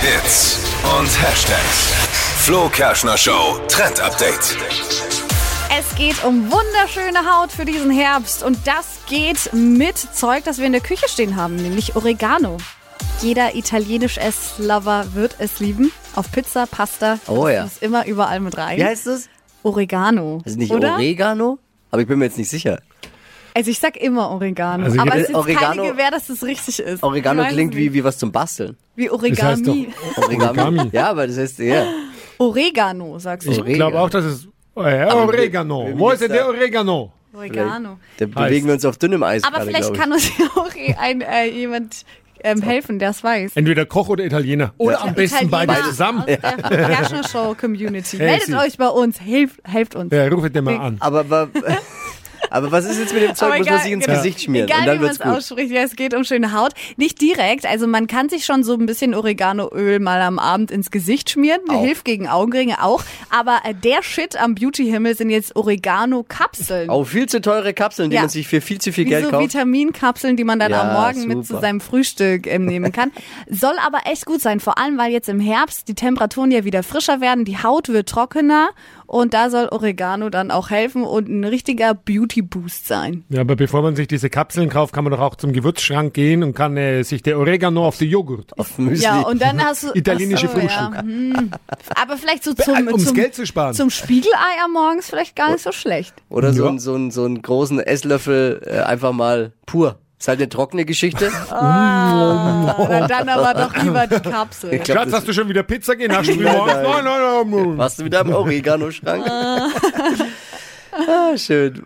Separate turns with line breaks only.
Hits und Hashtags. Flo Kerschner Show Trend Update.
Es geht um wunderschöne Haut für diesen Herbst und das geht mit Zeug, das wir in der Küche stehen haben, nämlich Oregano. Jeder italienisch Esslover wird es lieben. Auf Pizza, Pasta,
Oh
das
ja.
muss immer überall mit rein.
Wie heißt es?
Oregano.
Also nicht
oder?
Oregano? Aber ich bin mir jetzt nicht sicher.
Also ich sag immer Oregano,
Also ich-
aber es ist
Oregano-
keine Gewähr, dass es richtig ist.
Oregano
Ich weiß
klingt
es
wie,
nicht.
wie was zum Basteln.
wie
Das heißt doch
Origami.
Origami.
Ja, aber das heißt, ja.
Oregano, sagst du.
Ich
Oregano.
glaube auch, dass es äh,
Aber wir-
Oregano.
wir-
Wo ist denn
wir-
der Oregano?
Oregano.
Da bewegen wir uns auf dünnem Eis
Aber
gerade,
vielleicht
glaub
kann uns ja auch ein, äh, jemand ähm, helfen, der es weiß.
Entweder Koch oder Italiener. Oder am besten
Italiener
beide zusammen.
Aus der Kerschner Show Community.
Hey,
Meldet
sie.
euch bei uns, helft, helft uns.
Ja, rufet den mal an.
ich. Aber, wa- aber was ist jetzt mit dem Zeug?
Aber
Muss man
egal,
sich ins
genau.
Gesicht schmieren
Egal,
und dann
wie man
wird's
es
gut.
ausspricht, ja, es geht um schöne Haut. Nicht direkt, also man kann sich schon so ein bisschen Oreganoöl mal am Abend ins Gesicht schmieren.
Auch.
Hilft gegen Augenringe auch. Aber äh, der Shit am Beauty-Himmel sind jetzt Oregano-Kapseln.
Auch viel zu teure Kapseln, die
Ja.
man sich für viel zu viel
Wie
Geld
so
kauft.
Vitaminkapseln, die man dann
Ja,
am Morgen mit
super.
zu seinem Frühstück ähm, nehmen kann. Soll aber echt gut sein, vor allem weil jetzt im Herbst die Temperaturen ja wieder frischer werden, die Haut wird trockener und da soll Oregano dann auch helfen und ein richtiger Beauty Boost sein.
Ja, aber bevor man sich diese Kapseln kauft, kann man doch auch zum Gewürzschrank gehen und kann äh, sich der Oregano auf die Joghurt.
Auf Müsli.
Ja, und dann hast du
Italienische
Ach so, Ja,
Frühstück.
hm. Aber vielleicht so zum,
Um's
zum,
Geld zu sparen.
zum Spiegelei am Morgens vielleicht gar nicht so schlecht.
Oder so,
Ja.
einen- so, einen- so einen großen Esslöffel äh, einfach mal pur. Ist halt eine trockene Geschichte.
Ah. Oder dann aber doch lieber die Kapsel.
Ich glaub,
Schatz,
das-
hast du schon wieder Pizza genascht? Früh morgens? nein, nein, nein. nein.
Warst du wieder im Oregano-Schrank? ah, schön.